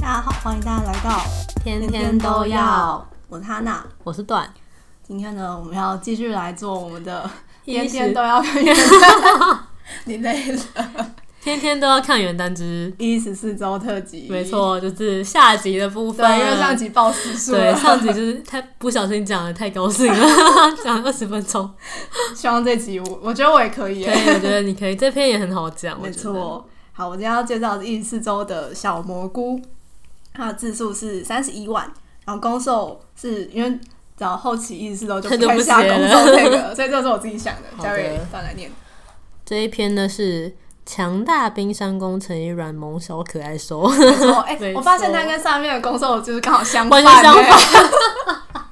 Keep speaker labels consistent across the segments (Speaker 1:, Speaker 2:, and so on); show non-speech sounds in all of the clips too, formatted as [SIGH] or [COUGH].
Speaker 1: 大家好，欢迎大家来到
Speaker 2: 天天都要。，
Speaker 1: 我是哈娜，
Speaker 2: 我是段，
Speaker 1: 今天呢，我们要继续来做我们的
Speaker 2: [LAUGHS] 一
Speaker 1: 天
Speaker 2: 时
Speaker 1: 天都要看元旦， [LAUGHS] 你累了，
Speaker 2: 天天都要看元旦之，
Speaker 1: 一十四周特辑，
Speaker 2: 没，错，就是下集的部分。
Speaker 1: 对，因为上集爆时数
Speaker 2: 对
Speaker 1: 了，
Speaker 2: 上集就是太不小心讲的太高兴了， [LAUGHS] 讲二十分钟。
Speaker 1: 希望这集我我觉得我也可以
Speaker 2: [LAUGHS] 可以，
Speaker 1: 耶，
Speaker 2: 我觉得你可以，这篇也很好讲。我
Speaker 1: 没
Speaker 2: 觉得，
Speaker 1: 错。好，我今天要介绍的是一十四周的小蘑菇，它的字数是三十一万，然后公售是因为。然后后期一十四周就
Speaker 2: 它 [LAUGHS] 就
Speaker 1: 不开
Speaker 2: 不
Speaker 1: 下公
Speaker 2: 写了
Speaker 1: 售这个，所以这是我自己想的，
Speaker 2: 好的
Speaker 1: 交给段来念。
Speaker 2: 这一篇呢是强大冰山工乘以软萌小可
Speaker 1: [LAUGHS]
Speaker 2: 爱手，
Speaker 1: 错，哎、
Speaker 2: 没错
Speaker 1: 我发现它跟上面的攻受就是刚好相反、
Speaker 2: 完全相反，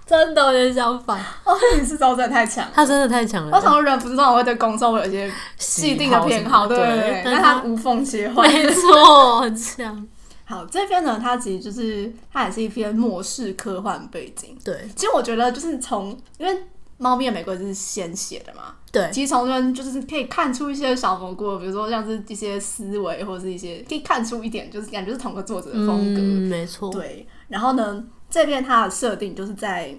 Speaker 2: 真的有点相反。
Speaker 1: 哦，你是招真的太强了。
Speaker 2: 他真的太强
Speaker 1: 我
Speaker 2: 了，
Speaker 1: 想说人不是通常会对攻受有一些既定的偏好，
Speaker 2: 喜
Speaker 1: 对
Speaker 2: 什么
Speaker 1: 对
Speaker 2: 的
Speaker 1: 对，
Speaker 2: 但
Speaker 1: 但它
Speaker 2: 他
Speaker 1: 无缝切换。
Speaker 2: 没错，很强。
Speaker 1: 好，这篇呢，它其实就是它也是一篇末世科幻背景。
Speaker 2: 对
Speaker 1: 其实我觉得就是从因为。猫咪的玫瑰是先写的嘛？
Speaker 2: 对，
Speaker 1: 其实从中就是可以看出一些小蘑菇，比如说像是一些思维，或者是一些可以看出一点，就是感觉是同个作者的风格。
Speaker 2: 嗯，没错。
Speaker 1: 对，然后呢，这边它的设定就是在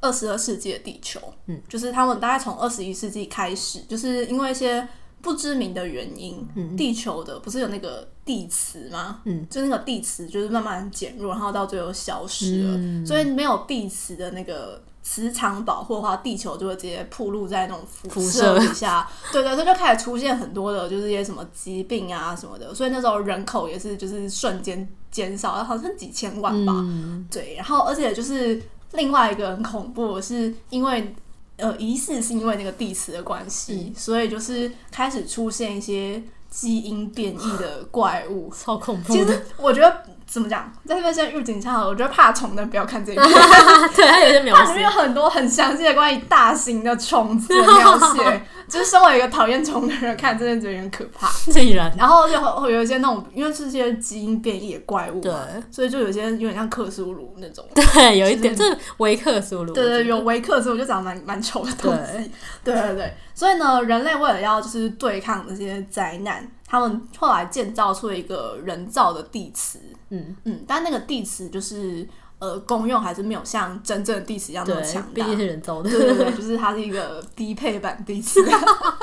Speaker 1: 二十二世纪的地球，
Speaker 2: 嗯，
Speaker 1: 就是他们大概从二十一世纪开始，就是因为一些不知名的原因，
Speaker 2: 嗯
Speaker 1: 地球的不是有那个地磁吗？
Speaker 2: 嗯，
Speaker 1: 就那个地磁就是慢慢减弱，然后到最后消失了，
Speaker 2: 嗯
Speaker 1: 所以没有地磁的那个。磁场保护的话，地球就会直接暴露在那种辐
Speaker 2: 辐
Speaker 1: 射
Speaker 2: 射
Speaker 1: 底下，对对，所以就开始出现很多的，就是一些什么疾病啊什么的，所以那时候人口也是就是瞬间减少，好像几千万吧，
Speaker 2: 嗯，
Speaker 1: 对，然后而且就是另外一个很恐怖，的是因为呃疑似是因为那个地磁的关系，所以就是开始出现一些基因变异的怪物。
Speaker 2: 超恐怖
Speaker 1: 其
Speaker 2: 的。
Speaker 1: 实我觉得怎么讲，在这边先预警一下好了，我觉得怕虫的不要看这一篇，
Speaker 2: [LAUGHS] 对，他有些描
Speaker 1: 它里
Speaker 2: 述
Speaker 1: 面有很多很详细的关于大型的虫子的描
Speaker 2: [LAUGHS]
Speaker 1: 写，就是身为一个讨厌虫的人看，真的觉得很可怕。
Speaker 2: 竟然
Speaker 1: 然后就会会有一些那种，因为是些基因变异的怪物
Speaker 2: 对
Speaker 1: 嘛，所以就有些有点像克苏鲁那种。
Speaker 2: 对，有一点，
Speaker 1: 就
Speaker 2: 这维克苏鲁，
Speaker 1: 对
Speaker 2: 我
Speaker 1: 对，
Speaker 2: 觉
Speaker 1: 有
Speaker 2: 得
Speaker 1: 维克斯，我就长得蛮蛮丑的东西。
Speaker 2: 对，
Speaker 1: 对对对，所以呢，人类为了要就是对抗这些灾难，他们后来建造出了一个人造的地磁。
Speaker 2: 嗯，
Speaker 1: 嗯，但那个地磁就是呃功用还是没有像真正的地磁一样那么强
Speaker 2: 对，
Speaker 1: 大
Speaker 2: 毕。竟是人造的
Speaker 1: 对，对对，就是它是一个低配版地磁。 [LAUGHS]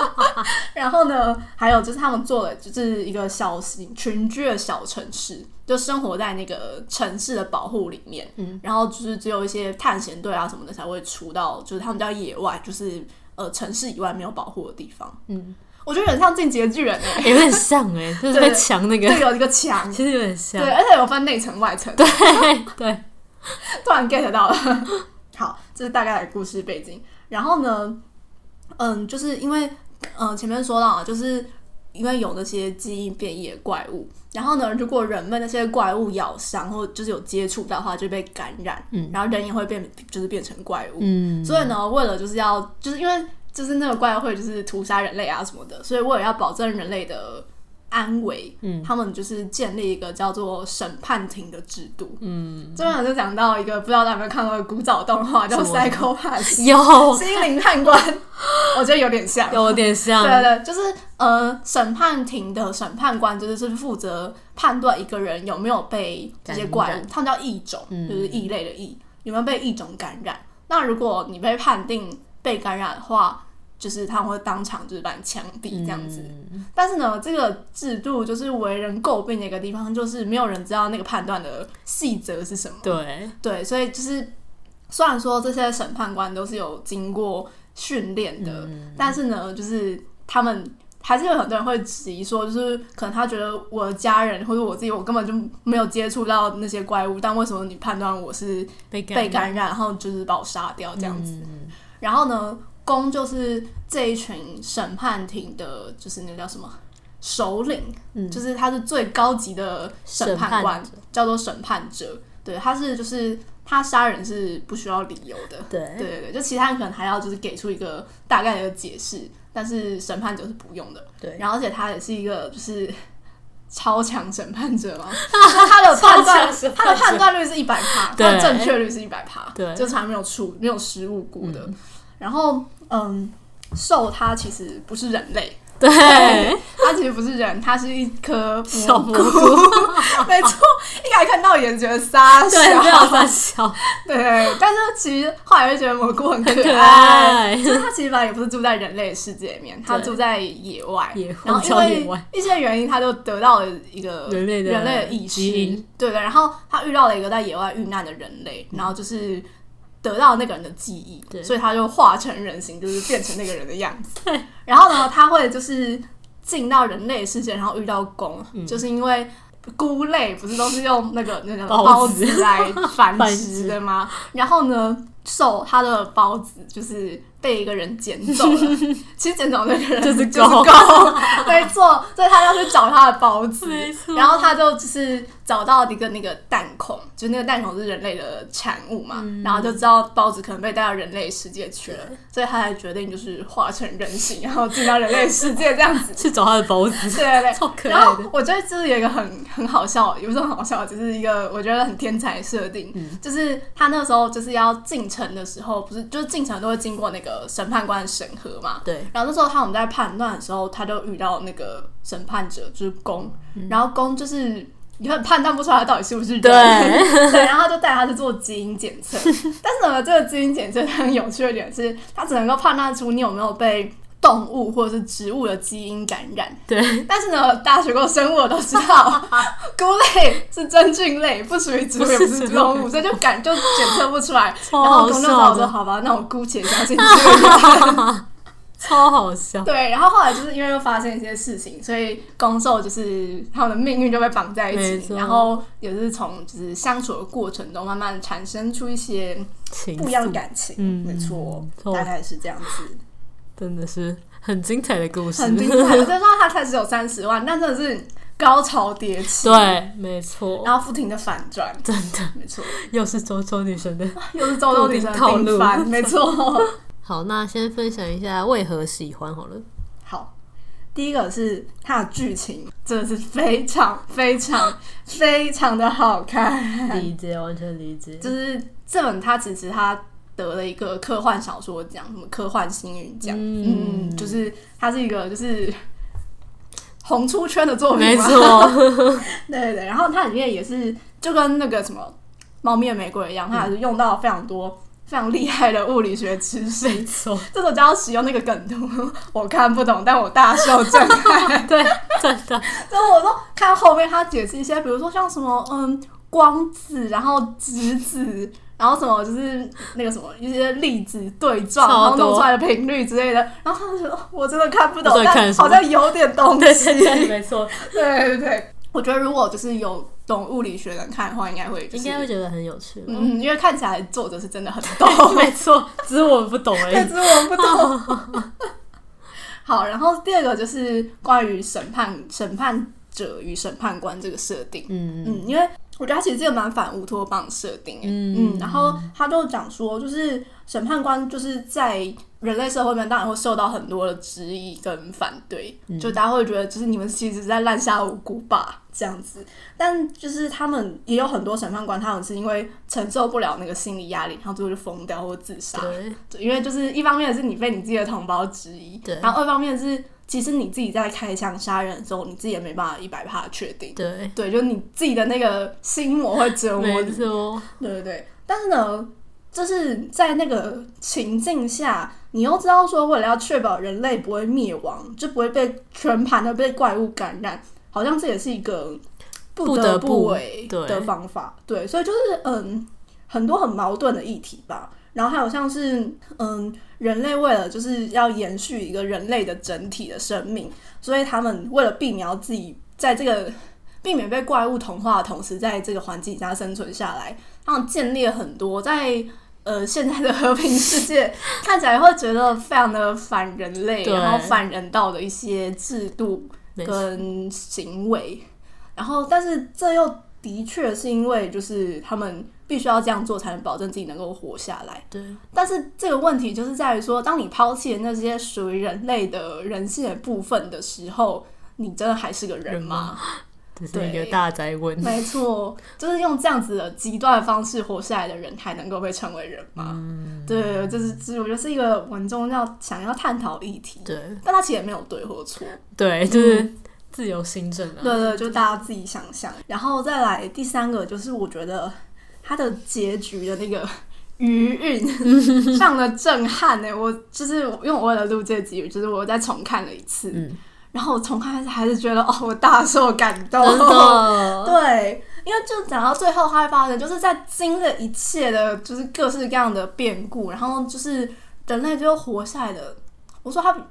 Speaker 1: 然后呢，还有就是他们做了就是一个小型群居的小城市，就生活在那个城市的保护里面。
Speaker 2: 嗯，
Speaker 1: 然后就是只有一些探险队啊什么的才会出到，就是他们叫野外，就是呃城市以外没有保护的地方。
Speaker 2: 嗯，
Speaker 1: 我觉得有点像《进击的巨人、欸》
Speaker 2: [LAUGHS] 有点像
Speaker 1: [LAUGHS]
Speaker 2: 哎，就是
Speaker 1: 对
Speaker 2: 被强那
Speaker 1: 对，
Speaker 2: 个，
Speaker 1: 有一个墙，
Speaker 2: [LAUGHS] 其实有点
Speaker 1: 对，
Speaker 2: 像，
Speaker 1: 而且有分内层外层，对，
Speaker 2: 对 [LAUGHS] 对，
Speaker 1: [LAUGHS] 突然 get 到了。好，这是大概的故事背景。然后呢，嗯，就是因为嗯前面说到啊，就是因为有那些基因变异的怪物，然后呢，如果人被那些怪物咬伤或就是有接触到的话，就被感染，
Speaker 2: 嗯
Speaker 1: 然后人也会变，就是变成怪物。
Speaker 2: 嗯，
Speaker 1: 所以呢，为了就是要就是因为就是那个怪会就是屠杀人类啊什么的，所以为了要保证人类的安危，
Speaker 2: 嗯
Speaker 1: 他们就是建立一个叫做审判庭的制度。
Speaker 2: 嗯，
Speaker 1: 这边我就讲到一个不知道大家有没有看过的古早动画叫《
Speaker 2: 什么
Speaker 1: Psycho Pass》
Speaker 2: 有
Speaker 1: 心灵判官，我觉得有点像。
Speaker 2: 有点像，
Speaker 1: 对啊对，就是呃，审判庭的审判官就是是负责判断一个人有没有被这些怪
Speaker 2: 感
Speaker 1: 物
Speaker 2: 染，
Speaker 1: 他们叫异种，
Speaker 2: 嗯
Speaker 1: 就是异类的异，有没有被异种感染？那如果你被判定被感染的话，就是他们会当场就是把你枪毙这样子。
Speaker 2: 嗯
Speaker 1: 但是呢，这个制度就是为人诟病的一个地方，就是没有人知道那个判断的细则是什么。
Speaker 2: 对，
Speaker 1: 对，所以就是虽然说这些审判官都是有经过训练的，但是呢，就是他们还是有很多人会质疑说，就是可能他觉得我的家人或者我自己，我根本就没有接触到那些怪物，但为什么你判断我是
Speaker 2: 被感
Speaker 1: 被感染，然后就是把我杀掉这样子？
Speaker 2: 嗯
Speaker 1: 然后呢，公就是这一群审判庭的，就是那个叫什么首领，
Speaker 2: 嗯
Speaker 1: 就是他是最高级的审判官，
Speaker 2: 审判者
Speaker 1: 叫做审判者。对，他是就是他杀人是不需要理由的。对
Speaker 2: 对
Speaker 1: 对对，就其他人可能还要就是给出一个大概的解释，但是审判者是不用的。
Speaker 2: 对，
Speaker 1: 然后而且他也是一个就是 [LAUGHS] 超强审判者
Speaker 2: [LAUGHS]
Speaker 1: 嘛，就是他的判
Speaker 2: 超
Speaker 1: 断
Speaker 2: 强审判
Speaker 1: 他
Speaker 2: 者
Speaker 1: 的判断率是一百趴，他
Speaker 2: 对
Speaker 1: 的正确率是一百趴，
Speaker 2: 对
Speaker 1: 就从来没有出嗯
Speaker 2: [LAUGHS]
Speaker 1: 没有失误过的。然后嗯，兽它其实不是人类，
Speaker 2: 对，
Speaker 1: [LAUGHS] 它其实不是人，它是一颗
Speaker 2: 小
Speaker 1: 蘑
Speaker 2: 蘑菇，
Speaker 1: [LAUGHS] 没错，一开始看到也觉得傻笑，
Speaker 2: [LAUGHS] 对，不要再笑，
Speaker 1: 对，但是其实后来就觉得蘑菇很可
Speaker 2: 可
Speaker 1: 爱，
Speaker 2: 爱
Speaker 1: 就是它其实本来也不是住在人类的世界里面，它
Speaker 2: 对
Speaker 1: 住在野外，
Speaker 2: 野荒
Speaker 1: 然后因
Speaker 2: 郊野
Speaker 1: 为
Speaker 2: 外
Speaker 1: 一些原因，它就得到了一个
Speaker 2: 人类的
Speaker 1: 人类的意识，
Speaker 2: 基因嗯
Speaker 1: 对的。然后它遇到了一个在野外遇难的人类，然后就是。得到那个人的记忆，
Speaker 2: 对
Speaker 1: 所以他就化成人形，就是变成那个人的样子。然后呢，他会就是进到人类世界，然后遇到公，
Speaker 2: 嗯
Speaker 1: 就是因为菇类不是都是用那个那个孢
Speaker 2: 孢子
Speaker 1: 子
Speaker 2: [LAUGHS]
Speaker 1: 来繁
Speaker 2: 繁
Speaker 1: 殖
Speaker 2: 殖
Speaker 1: 的吗？然后呢，兽它的孢子就是被一个人捡走了，
Speaker 2: [LAUGHS]
Speaker 1: 其实捡走那个人
Speaker 2: 就是
Speaker 1: 就是
Speaker 2: 狗
Speaker 1: 狗， [LAUGHS] 没错，所以他要去找他的孢子
Speaker 2: 没，错
Speaker 1: 然后他就就是找到一个那个弹孔，就那个弹孔是人类的产物嘛，
Speaker 2: 嗯
Speaker 1: 然后就知道孢子可能被带到人类世界去了，所以他才决定就是化成人形，然后进到人类世界这样子。
Speaker 2: 去找他的包子，
Speaker 1: [LAUGHS] 对对对，
Speaker 2: 超可爱的
Speaker 1: 然后我觉得就是有一个很很好笑，也不是很好笑，就是一个我觉得很天才的设定，
Speaker 2: 嗯
Speaker 1: 就是他那时候就是要进城的时候，不是就是进城都会经过那个审判官的审核嘛，
Speaker 2: 对，
Speaker 1: 然后那时候他我们在判断的时候，他就遇到那个审判者，就是公，然后公就是你很判断不出来他到底是不是人，
Speaker 2: 嗯
Speaker 1: [LAUGHS]
Speaker 2: 对
Speaker 1: 对然后他就带他去做基因检
Speaker 2: [LAUGHS]
Speaker 1: 测。但是呢，这个基因检测它很有趣的点是，它只能够判断出你有没有被动物或者是植物的基因感染。
Speaker 2: 对，
Speaker 1: 但是呢，大家学过生物的都知
Speaker 2: [LAUGHS]
Speaker 1: 道，菇类是真菌类，不属于植物，也不是动物，所以就感就检测不出来。
Speaker 2: [LAUGHS] 超
Speaker 1: 然
Speaker 2: 好
Speaker 1: 后公就找
Speaker 2: 笑
Speaker 1: 我说：“
Speaker 2: 的
Speaker 1: 好吧，那我姑且相
Speaker 2: [LAUGHS]
Speaker 1: 信这个。”
Speaker 2: 超好笑，
Speaker 1: 对，然后后来就是因为又发生一些事情，所以公受就是他们的命运就被绑在
Speaker 2: 没
Speaker 1: 一起，
Speaker 2: 错
Speaker 1: 然后也是从就是相处的过程中慢慢产生出一些
Speaker 2: 情
Speaker 1: 不一样的
Speaker 2: 愫
Speaker 1: 感情，
Speaker 2: 嗯
Speaker 1: 没错，
Speaker 2: 错
Speaker 1: 大概是这样子，
Speaker 2: 真的是很精彩的故事，
Speaker 1: 很精彩。虽然说他开始有三十万，但真的是高潮迭起，，
Speaker 2: [LAUGHS] 对，没错，
Speaker 1: 然后不停的反转，
Speaker 2: 真的
Speaker 1: 没错，
Speaker 2: 又是周周女神的。
Speaker 1: 又是周周女神的
Speaker 2: 固定套
Speaker 1: 定
Speaker 2: 路
Speaker 1: 番，没
Speaker 2: [LAUGHS]
Speaker 1: 错。
Speaker 2: 好，那先分享一下为何喜欢好了。
Speaker 1: 好，第一个是它的剧情真的是非常非常非常的好看，
Speaker 2: [LAUGHS] 理解，完全理解。
Speaker 1: 就是这本它其实它得了一个科幻小说奖，什么科幻星云奖，
Speaker 2: 嗯
Speaker 1: 嗯就是它是一个就是红出圈的作
Speaker 2: 没
Speaker 1: 品嘛，
Speaker 2: 错，
Speaker 1: [LAUGHS] 对对对，然后它里面也是就跟那个什么猫咪的玫瑰一
Speaker 2: 嗯
Speaker 1: 样，它也是用到非常多。非常厉害的物理学知识，
Speaker 2: [LAUGHS] 没错，
Speaker 1: 这种就要使用那个梗图， [LAUGHS] 我看不懂，但我大受 [LAUGHS] 震撼。
Speaker 2: [LAUGHS] 对，真的，
Speaker 1: 所以我都看后面他解释一些，比如说像什么嗯光子，然后质子，然后什么就是那个什么一些粒子对撞，然
Speaker 2: 超
Speaker 1: 后
Speaker 2: 多
Speaker 1: 弄出来的频率之类的。然后他就觉得哦我真的看不懂
Speaker 2: 我，到底看
Speaker 1: 但
Speaker 2: 了什
Speaker 1: 好
Speaker 2: 么
Speaker 1: 像有点 [LAUGHS] 东
Speaker 2: 对
Speaker 1: 西。
Speaker 2: 对对，没 [LAUGHS] 错，
Speaker 1: 对对对，我觉得如果就是有懂物理学的人看的话，应该会、就是、
Speaker 2: 应该会觉得很有趣吧。
Speaker 1: 嗯，因为看起来作者是真的很懂。
Speaker 2: [LAUGHS] 没错，只是我们不懂 [LAUGHS] 而
Speaker 1: 但
Speaker 2: 已。
Speaker 1: 是我不懂。 [LAUGHS] 好，然后第二个就是关于审判审判者与审判官这个设定，
Speaker 2: 嗯，
Speaker 1: 嗯，因为我觉得他其实这个蛮反乌托邦的设定欸，
Speaker 2: 嗯
Speaker 1: 嗯然后他就讲说，就是审判官就是在人类社会里面，当然会受到很多的质疑跟反对，就大家会觉得就是你们其实是在滥杀无辜吧这样子，但就是他们也有很多审判官，他们是因为承受不了那个心理压力，然后最后就疯掉或自杀，
Speaker 2: 对，
Speaker 1: 对因为就是一方面是你被你自己的同胞质疑，
Speaker 2: 对
Speaker 1: 然后二方面是其实你自己在开枪杀人的时候，你自己也没办法一百趴确定。
Speaker 2: 对，
Speaker 1: 对，就是你自己的那个心魔会折磨
Speaker 2: 没
Speaker 1: 你。
Speaker 2: 错，
Speaker 1: 对对对，但是呢，就是在那个情境下，你又知道说，为了要确保人类不会灭亡，就不会被全盘的被怪物感染，好像这也是一个
Speaker 2: 不
Speaker 1: 得
Speaker 2: 得不
Speaker 1: 为
Speaker 2: 对
Speaker 1: 的方法。对，所以就是嗯，很多很矛盾的议题吧。然后还有像是嗯，人类为了就是要延续一个人类的整体的生命，所以他们为了避免要自己在这个避免被怪物同化的同时，在这个环境下生存下来，他们建立了很多在呃现在的和平世界 [LAUGHS] 看起来会觉得非常的反人类，
Speaker 2: 对
Speaker 1: 然后反人道的一些制度
Speaker 2: 没错，
Speaker 1: 跟行为，然后但是这又的确是因为就是他们必须要这样做才能保证自己能够活下来。
Speaker 2: 对，
Speaker 1: 但是这个问题就是在于说，当你抛弃了那些属于人类的人性的部分的时候，你真的还是个人吗？
Speaker 2: 这是一个
Speaker 1: 对
Speaker 2: 大灾问。
Speaker 1: 没错，就是用这样子的极端的方式活下来的人，还能够被称为人吗？
Speaker 2: 嗯
Speaker 1: 对，这是这，我觉得是一个文中要想要探讨的议题，
Speaker 2: 对
Speaker 1: 但他其实也没有对或错，
Speaker 2: 对，就是嗯自由新政啊。
Speaker 1: 对对，就大家自己想象。然后再来第三个，就是我觉得他的结局的那个余韵
Speaker 2: [LAUGHS]
Speaker 1: 非常的震撼呢、我就是因为我为了录这集，就是我再重看了一次，
Speaker 2: 嗯
Speaker 1: 然后我重看还是觉得哦，我大受感动。
Speaker 2: 真的，哦
Speaker 1: 对，因为就讲到最后，他会发现就是在经历一切的，就是各式各样的变故，然后就是人类就活下来的。我说他比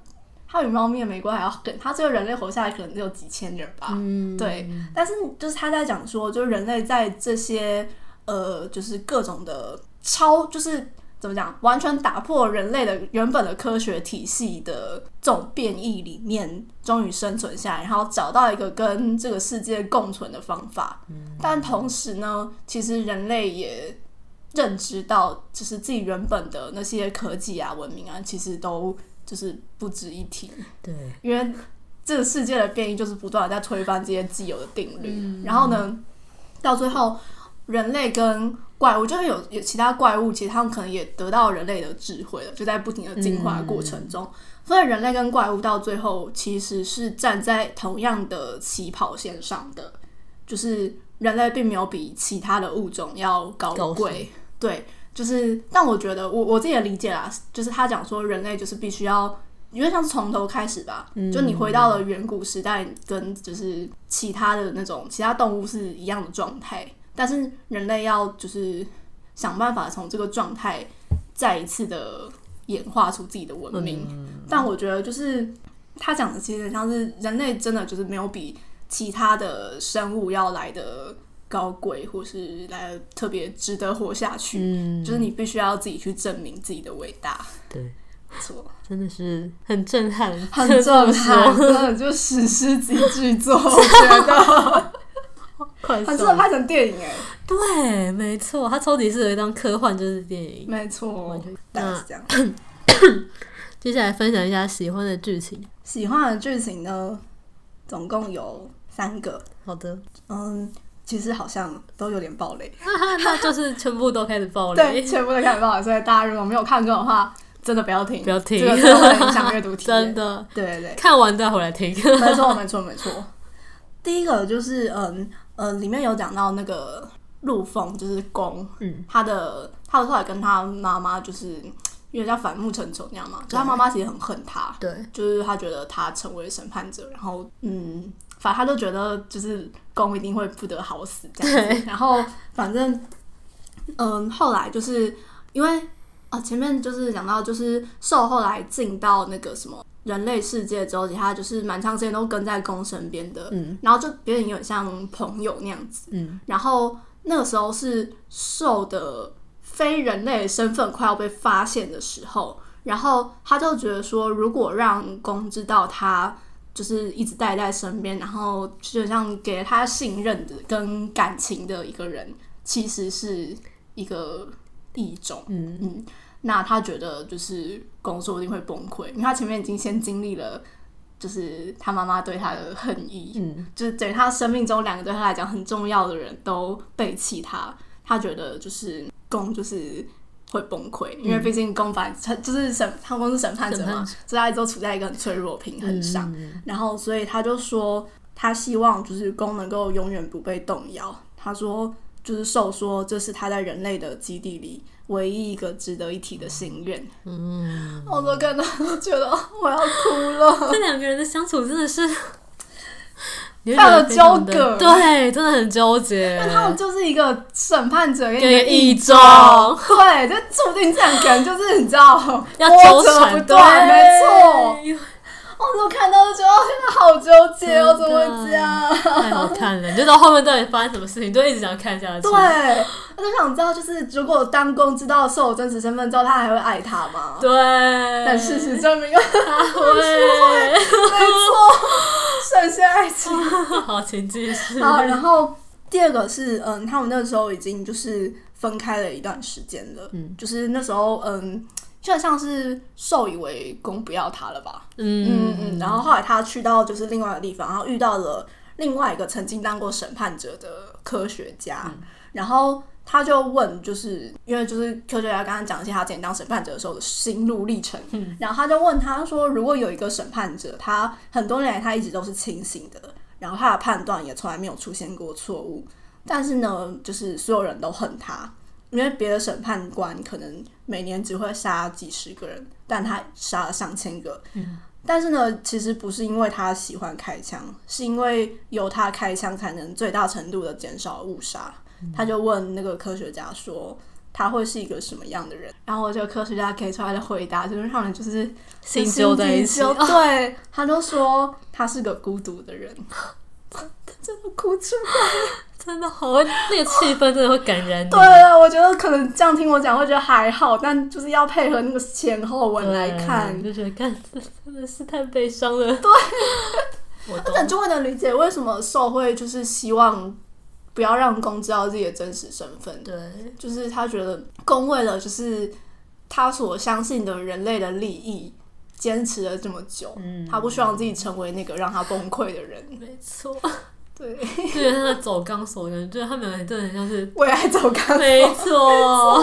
Speaker 1: 他比猫咪的美国还要更，他这个人类活下来可能只有几千人吧。
Speaker 2: [LAUGHS] 嗯，
Speaker 1: 对，但是就是他在讲说，就是人类在这些呃，就是各种的超，就是怎么讲，完全打破人类的原本的科学体系的这种变异里面，终于生存下来，然后找到一个跟这个世界共存的方法。但同时呢，其实人类也。认知到，就是自己原本的那些科技啊、文明啊，其实都就是不值一提。
Speaker 2: 对，
Speaker 1: 因为这个世界的变异就是不断的在推翻这些既有的定律，然后呢，到最后人类跟怪物，就是有有其他怪物，其实他们可能也得到人类的智慧了，就在不停的进化的过程中，所以人类跟怪物到最后其实是站在同样的起跑线上的，就是人类并没有比其他的物种要高
Speaker 2: 高
Speaker 1: 贵，对。就是，但我觉得我我自己的理解啦，就是他讲说人类就是必须要因为像是从头开始吧，就你回到了远古时代，跟就是其他的那种其他动物是一样的状态，但是人类要就是想办法从这个状态再一次的演化出自己的文明。但我觉得就是他讲的其实很像是人类真的就是没有比其他的生物要来的高贵，或是来得特别值得活下去，
Speaker 2: 嗯，
Speaker 1: 就是你必须要自己去证明自己的伟大。
Speaker 2: 对，
Speaker 1: 没错。
Speaker 2: 真的是很震撼，
Speaker 1: 很
Speaker 2: [LAUGHS] 这么
Speaker 1: 震撼，
Speaker 2: 说，
Speaker 1: 真的就史诗级巨
Speaker 2: [LAUGHS]
Speaker 1: 作，我觉得
Speaker 2: 快
Speaker 1: 很适
Speaker 2: 速
Speaker 1: 合拍成电影哎，
Speaker 2: 对，没错，它超级适合当科幻就是电影。
Speaker 1: 没错
Speaker 2: 完全，
Speaker 1: 大概是这样。
Speaker 2: 接下来分享一下喜欢的剧情。
Speaker 1: 喜欢的剧情呢，总共有三个，
Speaker 2: 好的，
Speaker 1: 嗯，其实好像都有点暴雷，
Speaker 2: [LAUGHS] 那就是全部都开始爆
Speaker 1: 对，
Speaker 2: 雷，
Speaker 1: 全部都看暴雷，所以大家如果没有看过的话，真的不要听，
Speaker 2: 不要听
Speaker 1: 这个真的会影响阅读体验。
Speaker 2: [LAUGHS] 真的
Speaker 1: 对对对，
Speaker 2: 看完再回来听。
Speaker 1: 没错没错没错。第一个就是嗯呃，里面有讲到那个陆凤，就是公，
Speaker 2: 嗯，
Speaker 1: 他的他的后来跟他妈妈就是有点像反目成仇那样嘛，就他妈妈其实很恨他，
Speaker 2: 对，
Speaker 1: 就是他觉得他成为审判者，然后嗯，反正他就觉得就是公一定会不得好死这样子，然后反正嗯，后来就是因为啊前面就是讲到就是兽后来进到那个什么。人类世界之后，其实他就是蛮长时间都跟在公身边的，
Speaker 2: 嗯
Speaker 1: 然后就别人有点像朋友那样子。
Speaker 2: 嗯，
Speaker 1: 然后那个时候是兽的非人类身份快要被发现的时候，然后他就觉得说，如果让公知道他就是一直待在身边，然后就像给了他信任的跟感情的一个人，其实是一个异种。
Speaker 2: 嗯
Speaker 1: 嗯，那他觉得就是公说不定会崩溃，因为他前面已经先经历了。就是他妈妈对他的恨意，
Speaker 2: 嗯，
Speaker 1: 就是等于他生命中两个对他来讲很重要的人都背弃他，他觉得就是公就是会崩溃，因为毕竟公反他就是审他公是审判者
Speaker 2: 嗯审判
Speaker 1: 嘛，所以他一直都处在一个很脆弱的平衡上，
Speaker 2: 嗯
Speaker 1: 然后所以他就说他希望就是公能够永远不被动摇，他说就是受说这是他在人类的基地里唯一一个值得一提的心愿，
Speaker 2: 嗯，
Speaker 1: 我都看到都觉得我要哭了。
Speaker 2: 这两个人的相处真的是
Speaker 1: [LAUGHS]
Speaker 2: 有
Speaker 1: 他的
Speaker 2: 点非
Speaker 1: 纠
Speaker 2: 常
Speaker 1: 葛
Speaker 2: 的对，真的很纠
Speaker 1: [LAUGHS]
Speaker 2: 结。
Speaker 1: 但他们就是一个审判者跟一
Speaker 2: 跟
Speaker 1: 个
Speaker 2: 一
Speaker 1: 众
Speaker 2: 众，
Speaker 1: 对，就注定这两个人就是你知道
Speaker 2: 要
Speaker 1: 波
Speaker 2: 纠
Speaker 1: 折
Speaker 2: 缠，
Speaker 1: 不断，没错。
Speaker 2: 对，
Speaker 1: 我怎么看到就觉得哦天哪，好纠结哦，
Speaker 2: 真的
Speaker 1: 怎么会这样？
Speaker 2: 太好看了！你就到后面到底发生什么事情，就一直想看下去。
Speaker 1: 对，我就想知道，就是如果当公知道受我真实身份之后，他还会爱他吗？
Speaker 2: 对，
Speaker 1: 但事实证 [LAUGHS] 明，没错，
Speaker 2: 他
Speaker 1: [LAUGHS]
Speaker 2: 会。
Speaker 1: 深陷爱情。
Speaker 2: [LAUGHS] 好，请继续。
Speaker 1: [LAUGHS] 好，然后第二个是，嗯，他们那时候已经就是分开了一段时间了，
Speaker 2: 嗯
Speaker 1: 就是那时候，嗯，就像是受以为公不要他了吧，嗯
Speaker 2: 嗯
Speaker 1: 嗯，然后后来他去到就是另外的地方，然后遇到了另外一个曾经当过审判者的科学家，
Speaker 2: 嗯
Speaker 1: 然后他就问，就是因为就是科学家刚刚讲一些他之前当审判者的时候的心路历程，
Speaker 2: 嗯
Speaker 1: 然后他就问他说，如果有一个审判者，他很多年来他一直都是清醒的，然后他的判断也从来没有出现过错误，但是呢，就是所有人都恨他，因为别的审判官可能每年只会杀几十个人，但他杀了上千个。但是呢，其实不是因为他喜欢开枪，是因为由他开枪才能最大程度的减少误杀。他就问那个科学家说。他会是一个什么样的人？然后这个科学家给出来的回答就是让人就是
Speaker 2: 心揪在一起
Speaker 1: 揪对，他就说他是个孤独的人，真的哭出
Speaker 2: 真的好会，那个气氛真的会感染你。
Speaker 1: 对了，我觉得可能这样听我讲会觉得还好，但就是要配合那个前后文来看
Speaker 2: 对，就觉得干，这真的是太悲伤了。对， [LAUGHS] 我懂
Speaker 1: 那。你就会能理解为什么受会就是希望不要让公知道自己的真实身份，
Speaker 2: 对，
Speaker 1: 就是他觉得公为了就是他所相信的人类的利益坚持了这么久，
Speaker 2: 嗯
Speaker 1: 他不希望自己成为那个让他崩溃的人。
Speaker 2: 没错，
Speaker 1: 对，
Speaker 2: 就觉得他的走钢索，感觉他们真的很像
Speaker 1: [LAUGHS]
Speaker 2: 是，
Speaker 1: 为爱走
Speaker 2: [LAUGHS]
Speaker 1: 钢索。
Speaker 2: 没错，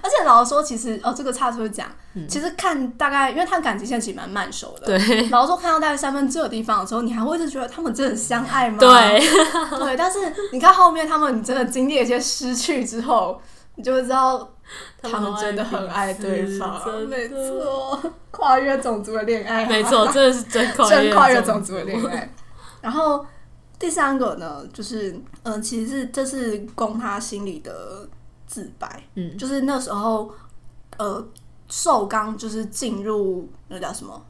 Speaker 1: 而且老实说，其实哦，这个差出讲，
Speaker 2: 嗯
Speaker 1: 其实看大概，因为他感情线其实蛮慢熟的，
Speaker 2: 对
Speaker 1: 然后说看到大概三分之二的地方的时候，你还会一直觉得他们真的相爱吗？
Speaker 2: 对， [LAUGHS]
Speaker 1: 对，但是你看后面他们真的经历了一些失去之后，你就会知道他们真的很爱对方，
Speaker 2: 真的
Speaker 1: 没错，跨越种族的恋爱，啊
Speaker 2: 没错，真的是真跨
Speaker 1: 真
Speaker 2: 越
Speaker 1: 跨越种族的恋爱。然后第三个呢，就是嗯、呃其实是这是攻他心里的自白，
Speaker 2: 嗯，
Speaker 1: 就是那时候呃，寿刚就是进入那叫什么？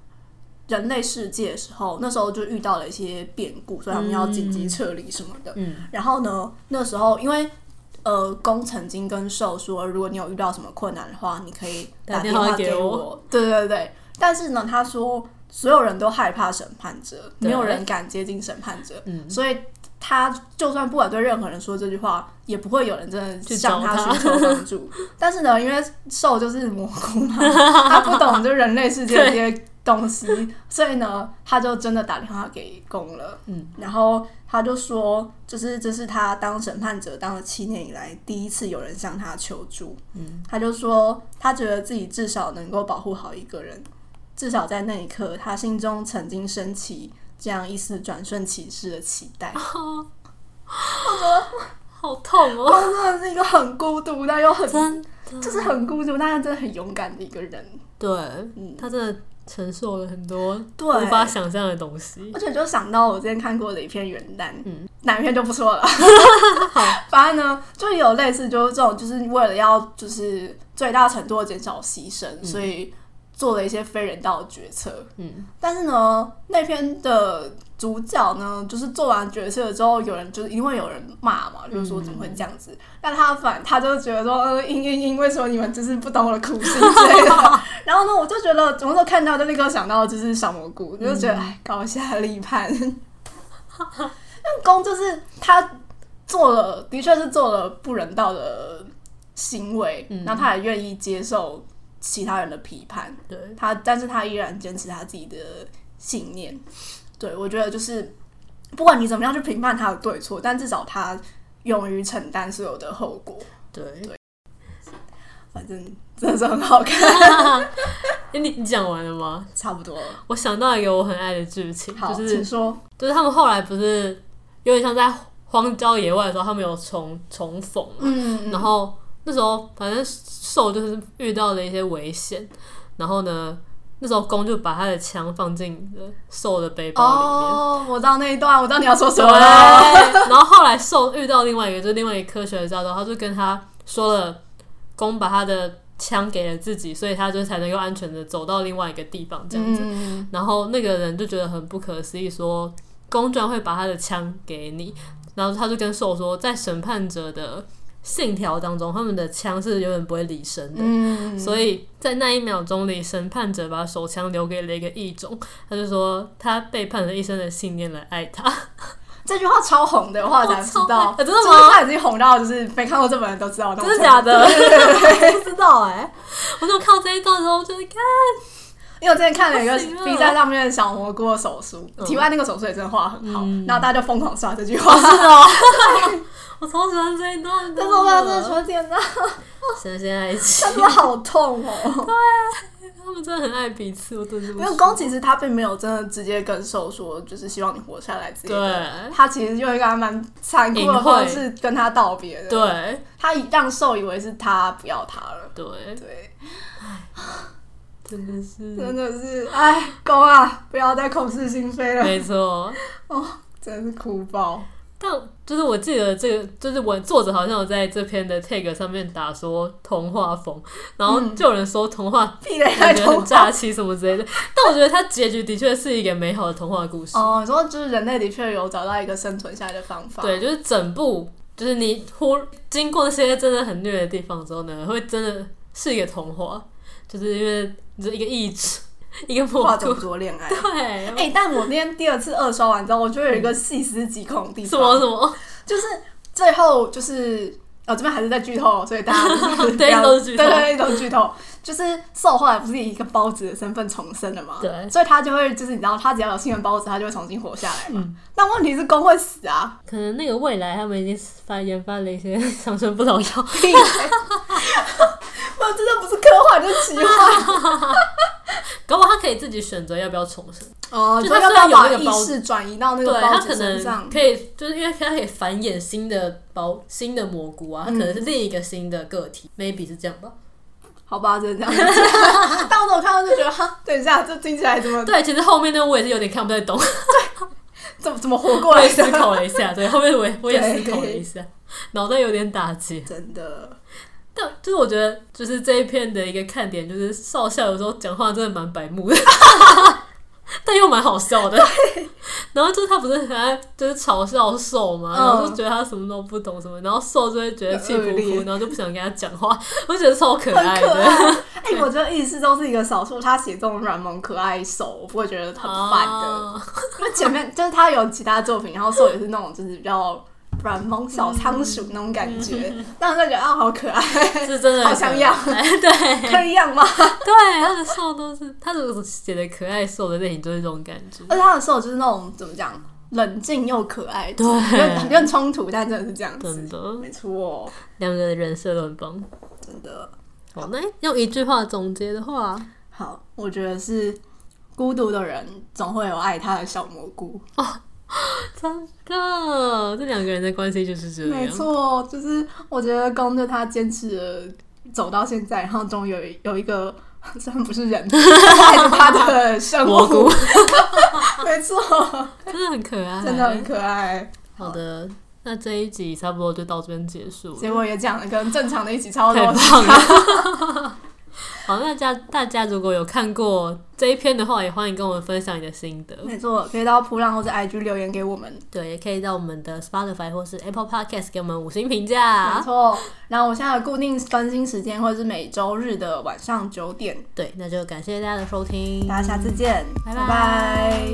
Speaker 1: 人类世界的时候，那时候就遇到了一些变故，所以他们要紧急撤离什么的。
Speaker 2: 嗯，
Speaker 1: 然后呢，那时候因为呃，公曾经跟寿说，如果你有遇到什么困难的话，你可以
Speaker 2: 打
Speaker 1: 打
Speaker 2: 电
Speaker 1: 电
Speaker 2: 话
Speaker 1: 话
Speaker 2: 给
Speaker 1: 给
Speaker 2: 我
Speaker 1: 我。对对对，但是呢，他说所有人都害怕审判者，
Speaker 2: 对
Speaker 1: 没有人敢接近审判者，
Speaker 2: 嗯
Speaker 1: 所以。他就算不管对任何人说这句话，也不会有人真
Speaker 2: 去
Speaker 1: 的
Speaker 2: 找
Speaker 1: 向
Speaker 2: 他
Speaker 1: 寻求帮助。
Speaker 2: [LAUGHS]
Speaker 1: 但是呢，因为兽就是蘑菇嘛，他不懂就人类世界
Speaker 2: [LAUGHS]
Speaker 1: 的这些东西，所以呢，他就真的打电话给公了。
Speaker 2: 嗯，
Speaker 1: 然后他就说，就是这是他当审判者当了七年以来第一次有人向他求助。
Speaker 2: 嗯，
Speaker 1: 他就说他觉得自己至少能够保护好一个人，至少在那一刻，他心中曾经升起这样一丝转瞬即逝的期待。
Speaker 2: 好痛哦，
Speaker 1: 他 [LAUGHS] 真的是一个很孤独，但又很
Speaker 2: 真的
Speaker 1: 就是很孤独，但是真的很勇敢的一个人。嗯
Speaker 2: 对，他真的承受了很多
Speaker 1: 对
Speaker 2: 无法想象的东西。
Speaker 1: 而且就想到我之前看过的一篇原单，
Speaker 2: 嗯
Speaker 1: 哪一篇就不说
Speaker 2: [LAUGHS]
Speaker 1: 了。反正呢，就有类似就是这种，就是为了要就是最大程度的减少牺牲，所以做了一些非人道的决策。
Speaker 2: 嗯，
Speaker 1: 但是呢，那篇的主角呢，就是做完决策之后，有人就是因为有人骂嘛，就是说怎么会这样子？但他反他就觉得说，呃，因因因，为什么你们就是不懂我的苦心之类的。然后呢，我就觉得，我那时候看到就立刻想到就是小蘑菇，就觉得哎，搞一下立判。那公就是他做了，的确是做了不人道的行为，
Speaker 2: 嗯
Speaker 1: 然后他也愿意接受其他人的批判。
Speaker 2: 对，
Speaker 1: 他，但是他依然坚持他自己的信念。对我觉得就是，不管你怎么样去评判他的对错，但至少他勇于承担所有的后果。
Speaker 2: 对。
Speaker 1: 反正真的是很好
Speaker 2: [LAUGHS]
Speaker 1: 看，
Speaker 2: 哎，你你讲完了吗？
Speaker 1: 差不多了。
Speaker 2: 我想到一个我很爱的剧情，
Speaker 1: 好，
Speaker 2: 就是
Speaker 1: 请说。
Speaker 2: 就是他们后来不是有点像在荒郊野外的时候，他们有重重逢嘛，
Speaker 1: 嗯，
Speaker 2: [LAUGHS] 然后那时候反正兽就是遇到了一些危险，然后呢，那时候公就把他的枪放进了兽的背包里面。
Speaker 1: 哦，我知道那一段，我知道你要说什
Speaker 2: 对，啊
Speaker 1: 么了。 [LAUGHS]
Speaker 2: 然后后来兽遇到另外一个，就是另外一个科学家，然后他就跟他说了，公把他的枪给了自己，所以他就才能够安全的走到另外一个地方 [LAUGHS] 这样子。
Speaker 1: 嗯，
Speaker 2: 然后那个人就觉得很不可思议说，公转会把他的枪给你。然后他就跟兽说，在审判者的信条当中，他们的枪是永远不会离身的。
Speaker 1: 嗯，
Speaker 2: 所以在那一秒钟里，审判者把手枪留给了一个异种，他就说他背叛了一生的信念来爱他。
Speaker 1: 这句话超红的，我后来才知道
Speaker 2: 哦超红。呃真的吗
Speaker 1: 就是他已经红到，就是没看过这本人都知道。
Speaker 2: 真的假的？ [LAUGHS]
Speaker 1: 对对对对 [LAUGHS]
Speaker 2: 不知道哎、我就看到这一段的时候，我觉得看
Speaker 1: 因为我之前看了一个
Speaker 2: 不行啊
Speaker 1: B 站上面的小蘑菇的手书，
Speaker 2: 嗯
Speaker 1: 题外那个手书也真的画得很好，
Speaker 2: 嗯
Speaker 1: 然后大家就疯狂刷这句
Speaker 2: [LAUGHS]
Speaker 1: 话，
Speaker 2: 我超喜欢这一段的，
Speaker 1: 但是我真的觉得
Speaker 2: 啊
Speaker 1: 天哪，
Speaker 2: 深陷爱情，
Speaker 1: [LAUGHS] 真的好痛
Speaker 2: [LAUGHS]
Speaker 1: 哦。
Speaker 2: 他们真的很爱彼此，我真的这么
Speaker 1: 因为
Speaker 2: 说
Speaker 1: 宫其实他并没有真的直接跟兽说，就是希望你活下来之类的。
Speaker 2: 对
Speaker 1: 他其实用一个还蛮残酷的
Speaker 2: 隐晦
Speaker 1: 方式跟他道别的，
Speaker 2: 对
Speaker 1: 他以让兽以为是他不要他了，
Speaker 2: 对，
Speaker 1: 对，
Speaker 2: 真的是
Speaker 1: 真的是，哎，公啊，不要再口是心非了，
Speaker 2: 没错。
Speaker 1: 真是哭爆。
Speaker 2: 但就是我记得这个，就是我作者好像有在这篇的 tag 上面打说童话风，然后就有人说童话
Speaker 1: 屁嘞，嗯太
Speaker 2: 感觉
Speaker 1: 童
Speaker 2: 很
Speaker 1: 话
Speaker 2: 诈欺什么之类的。但我觉得它结局的确是一个美好的童话故事。
Speaker 1: 哦，你说就是人类的确有找到一个生存下来的方法，
Speaker 2: 对，就是整部，就是你忽经过那些真的很虐的地方之后呢，会真的是一个童话，就是因为这一个意志，一个
Speaker 1: 化
Speaker 2: 蘑
Speaker 1: 种
Speaker 2: 菇。
Speaker 1: 族恋爱。
Speaker 2: [LAUGHS] 对，
Speaker 1: [LAUGHS] 哎、但我那天第二次二刷完之后，我就有一个细思极恐的地
Speaker 2: 什
Speaker 1: 方，
Speaker 2: 么什么，
Speaker 1: 就是最后就是哦，这边还是在剧透，所以大
Speaker 2: [LAUGHS]
Speaker 1: 家就是不要
Speaker 2: 对都是剧透
Speaker 1: 对对对都是剧透。就是兽后来不是以一个包子的身份重生了嘛，
Speaker 2: 对
Speaker 1: 所以他就会就是你知道，他只要有信任包子，他就会重新活下来嘛。
Speaker 2: 嗯
Speaker 1: 但问题是公会死啊，
Speaker 2: 可能那个未来他们已经发研发了一些长生不老
Speaker 1: [LAUGHS] 屁！
Speaker 2: 药，
Speaker 1: 我真的不是科幻，就是奇幻。
Speaker 2: [LAUGHS] 搞不好他可以自己选择要不要重生。
Speaker 1: 哦
Speaker 2: 就
Speaker 1: 就
Speaker 2: 他
Speaker 1: 他
Speaker 2: 虽
Speaker 1: 要
Speaker 2: 然
Speaker 1: 不
Speaker 2: 有
Speaker 1: 要
Speaker 2: 那
Speaker 1: 把
Speaker 2: 个包
Speaker 1: 意识转移到那
Speaker 2: 对
Speaker 1: 个
Speaker 2: 他
Speaker 1: 包
Speaker 2: 可
Speaker 1: 子身
Speaker 2: 能
Speaker 1: 上？
Speaker 2: 可以，就是因为他可以繁衍新的包新的蘑菇啊，它可能是
Speaker 1: 嗯
Speaker 2: 另一个新的个体、m a y b e 是这样吧。
Speaker 1: 好吧，只能这样子。
Speaker 2: [LAUGHS]
Speaker 1: 但我看到就觉得，哈，等一下，这听起来怎么
Speaker 2: 对，其实后面那我也是有点看不太懂，
Speaker 1: 怎么怎么活过
Speaker 2: 我
Speaker 1: 来
Speaker 2: 也思
Speaker 1: 的？
Speaker 2: 考了一下，对，后面
Speaker 1: [LAUGHS]
Speaker 2: 我也我也
Speaker 1: 对
Speaker 2: 思考了一下，脑袋有点打结。
Speaker 1: 真的，
Speaker 2: 但就是我觉得，就是这一片的一个看点，就是少校有时候讲话真的蛮白目的， [LAUGHS] 但又蛮好笑的。然后就是他不是很爱就是嘲笑兽嘛，
Speaker 1: 嗯
Speaker 2: 然后就觉得他什么都不懂什么，然后兽就会觉得气
Speaker 1: 很恶
Speaker 2: 噗
Speaker 1: 劣
Speaker 2: 噗，然后就不想跟他讲话，我就觉得超可
Speaker 1: 很
Speaker 2: 爱
Speaker 1: 可
Speaker 2: 的。
Speaker 1: 爱。哎、我觉得意识都是一个少数，他写这种软萌可爱手，我不会觉得很烦的。
Speaker 2: 啊
Speaker 1: 因为前面就是他有其他作品，然后兽也是那种就是比较软萌小仓鼠那种感觉，
Speaker 2: 嗯
Speaker 1: 让人就觉得啊，好可爱，
Speaker 2: 是真的
Speaker 1: 好想要
Speaker 2: 很可爱哎对，
Speaker 1: 可以
Speaker 2: [LAUGHS]
Speaker 1: 养吗？
Speaker 2: 对，他的瘦都是他的写的可爱瘦的类型就是这种感觉。
Speaker 1: 而且他的兽就是那种怎么讲，冷静又可爱，
Speaker 2: 对
Speaker 1: 有很很冲突，但真的是这样
Speaker 2: 真
Speaker 1: 子，
Speaker 2: 的，
Speaker 1: 没错，
Speaker 2: 两个人设都很棒。
Speaker 1: 真的
Speaker 2: 好，那用一句话总结的话，
Speaker 1: 好，我觉得是。孤独的人总会有爱他的小蘑菇，
Speaker 2: 真的，这两个人的关系就是这
Speaker 1: 没
Speaker 2: 样。
Speaker 1: 错，就是我觉得公就他坚持了走到现在，然后终于有一有一个 [LAUGHS] 虽然不是
Speaker 2: [LAUGHS]
Speaker 1: 人，爱着他的生
Speaker 2: 蘑菇
Speaker 1: 物， [LAUGHS] 没
Speaker 2: [LAUGHS]
Speaker 1: 错，
Speaker 2: 真的很可爱，
Speaker 1: 真的很可爱。
Speaker 2: 好的。那这一集差不多就到这边结束了，
Speaker 1: 结果也讲的跟正常的一起超
Speaker 2: 太
Speaker 1: 多，
Speaker 2: 棒了。 [LAUGHS] 好，那家大家如果有看过这一篇的话，也欢迎跟我们分享你的心得。
Speaker 1: 没错，可以到扑浪或者 IG 留言给我们。
Speaker 2: 对，也可以到我们的 Spotify 或是 Apple Podcast 给我们五星评价。
Speaker 1: 没错，然后我现在的固定更新时间会是每周日的晚上九点，
Speaker 2: 对，那就感谢大家的收听，
Speaker 1: 大家下次见，
Speaker 2: 拜
Speaker 1: 拜拜